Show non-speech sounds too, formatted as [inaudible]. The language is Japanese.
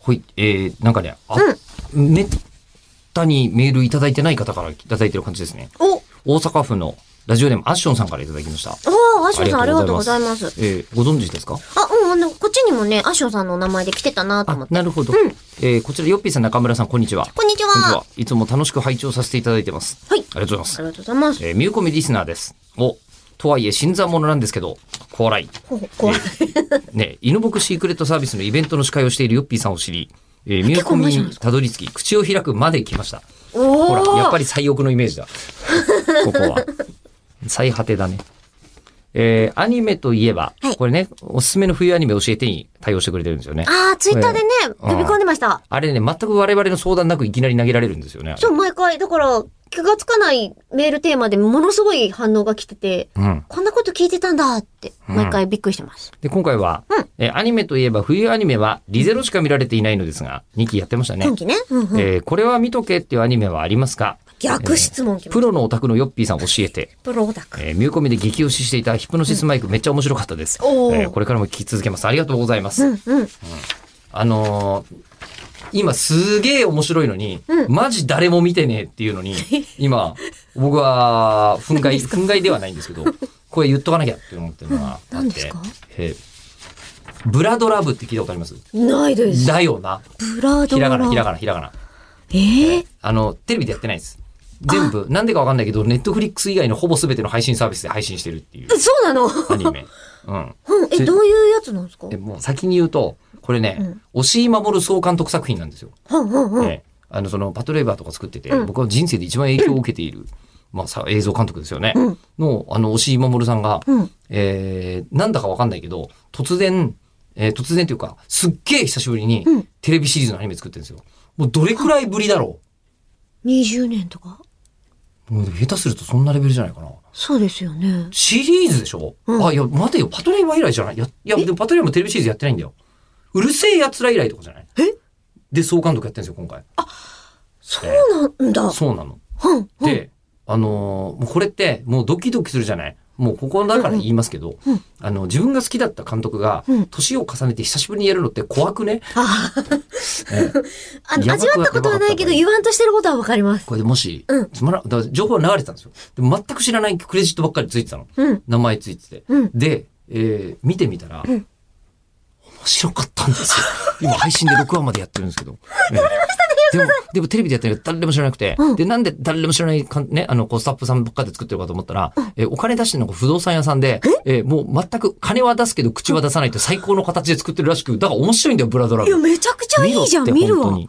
ほい、えー、なんかね、あ、めったにメールいただいてない方からいただいてる感じですね。お、お大阪府のラジオネームアッションさんからいただきました。ー、アッションさんありがとうございます。えー、ご存知ですかあ、うん、あの、こっちにもね、アッションさんのお名前で来てたなと思あっ、て。なるほど。うんえー、こちら、ヨッピーさん、中村さん、こんにちは。こんにちは。こんにちはは。いつも楽しく拝聴させていただいてます。あい。りがとうございまあすり。がとうございます。えー、ミューコミリスナーです。お、とはいえ、新参者なんですけど、高麗。ほほ怖い。ね、犬牧シークレットサービスのイベントの司会をしているヨッピーさんを知り、えー、ミューコミにたどり着き、口を開くまで来ました。おほら、やっぱり。り最奥のイメー [laughs] ジだ。ここは。最果てだね。えー、アニメといえば、はいこれね、おすすめの冬アニメ教えてに対応してくれてるんですよね。あー、ツイッターでね、うん飛び込んでました。あれね、全く我々の相談なくいきなり投げられるんですよね。あれそう、毎回、だから、気がつかないメールテーマでものすごい反応が来てて、うん。こんなこと聞いてたんだって、毎回びっくりしてます。で、今回は、うんえーアニメといえば冬アニメはリゼロしか見られていないのですが、2期やってましたね今。期ね。うんうん。えーこれは見とけっていうアニメはありますか逆質問来まプしロのオタクのヨッピーさん教えて。た。プロオタク。えー、ミューコミで激推ししていたヒプノシスマイクめっちゃ面白かったです。おーえーこれからも聞き続けます。ありがとうございます。うんうん。あのー今すげえ面白いのに、うマジ誰も見てねえっていうの [laughs] に、今、僕は、憤慨、憤慨ではないんですけ [laughs] ど、これ言っとかなきゃって思ってるのがあって。うん何ですかえーブラドラブって聞いたことありますないです。だよな。ブラドひらがな、ラ。ひらがな、ひらがな。えーあの、テレビでやってないです。全部、なんでかわかんないけど、ネットフリックス以外のほぼ全ての配信サービスで配信してるっていうえそうなのアニメ。うん。うん、え、どういうやつなんですかでもう先に言うと、これね、押井守総監督作品なんですよ。うんうんうん。ねあの、その、パトレーバーとか作ってて、うん僕は人生で一番影響を受けている、まあさ、映像監督ですよね。うんの、あの、押井守さんが、うん。えー、なんだかわかんないけど、突然、えー突然というか、すっげえ久しぶりにうん、テレビシリーズのアニメ作ってるんですよ。もうどれくらいぶりだろ20年とかう、もう下手するとそんなレベルじゃないかな。そうですよね。シリーズでしょ、うんあ、いや、待てよ、パトレーバー以来じゃないいや、いや、でもパトレーバーもテレビシリーズやってないんだよ。うるせえ奴ら以来とかじゃないえで、総監督やってるんですよ、今回。そうなんだ。そうなの。うんうん。で、あのーもうこれって、もうドキドキするじゃないもうここだから言いますけど、うんうんあの、自分が好きだった監督がうん、年を重ねて久しぶりにやるのって怖くね、あええあの、やばく味わったことはないけやばかったど、ね言わんとしてることはわかります。これでもし、うんつまら、だから情報は流れてたんですよ。でも全く知らないクレジットばっかりついてたの。うん。名前ついてて。うんで、えー見てみたら、ん面白かったんですよ。今配信で6話までやってるん [laughs] ですけど。ええでも、でもテレビでやってる誰でも知らなくて、うんで、なんで誰も知らないかん、ね、あの、こう、スタッフさんばっかりで作ってるかと思ったら、えーお金出してるのが不動産屋さんで、えーもう全く金は出すけど口は出さないって最高の形で作ってるらしく、だから面白いんだよ、ブラドラいや、ブ。めちゃくちゃいいじゃん、見ろ見ってる本当わ。に。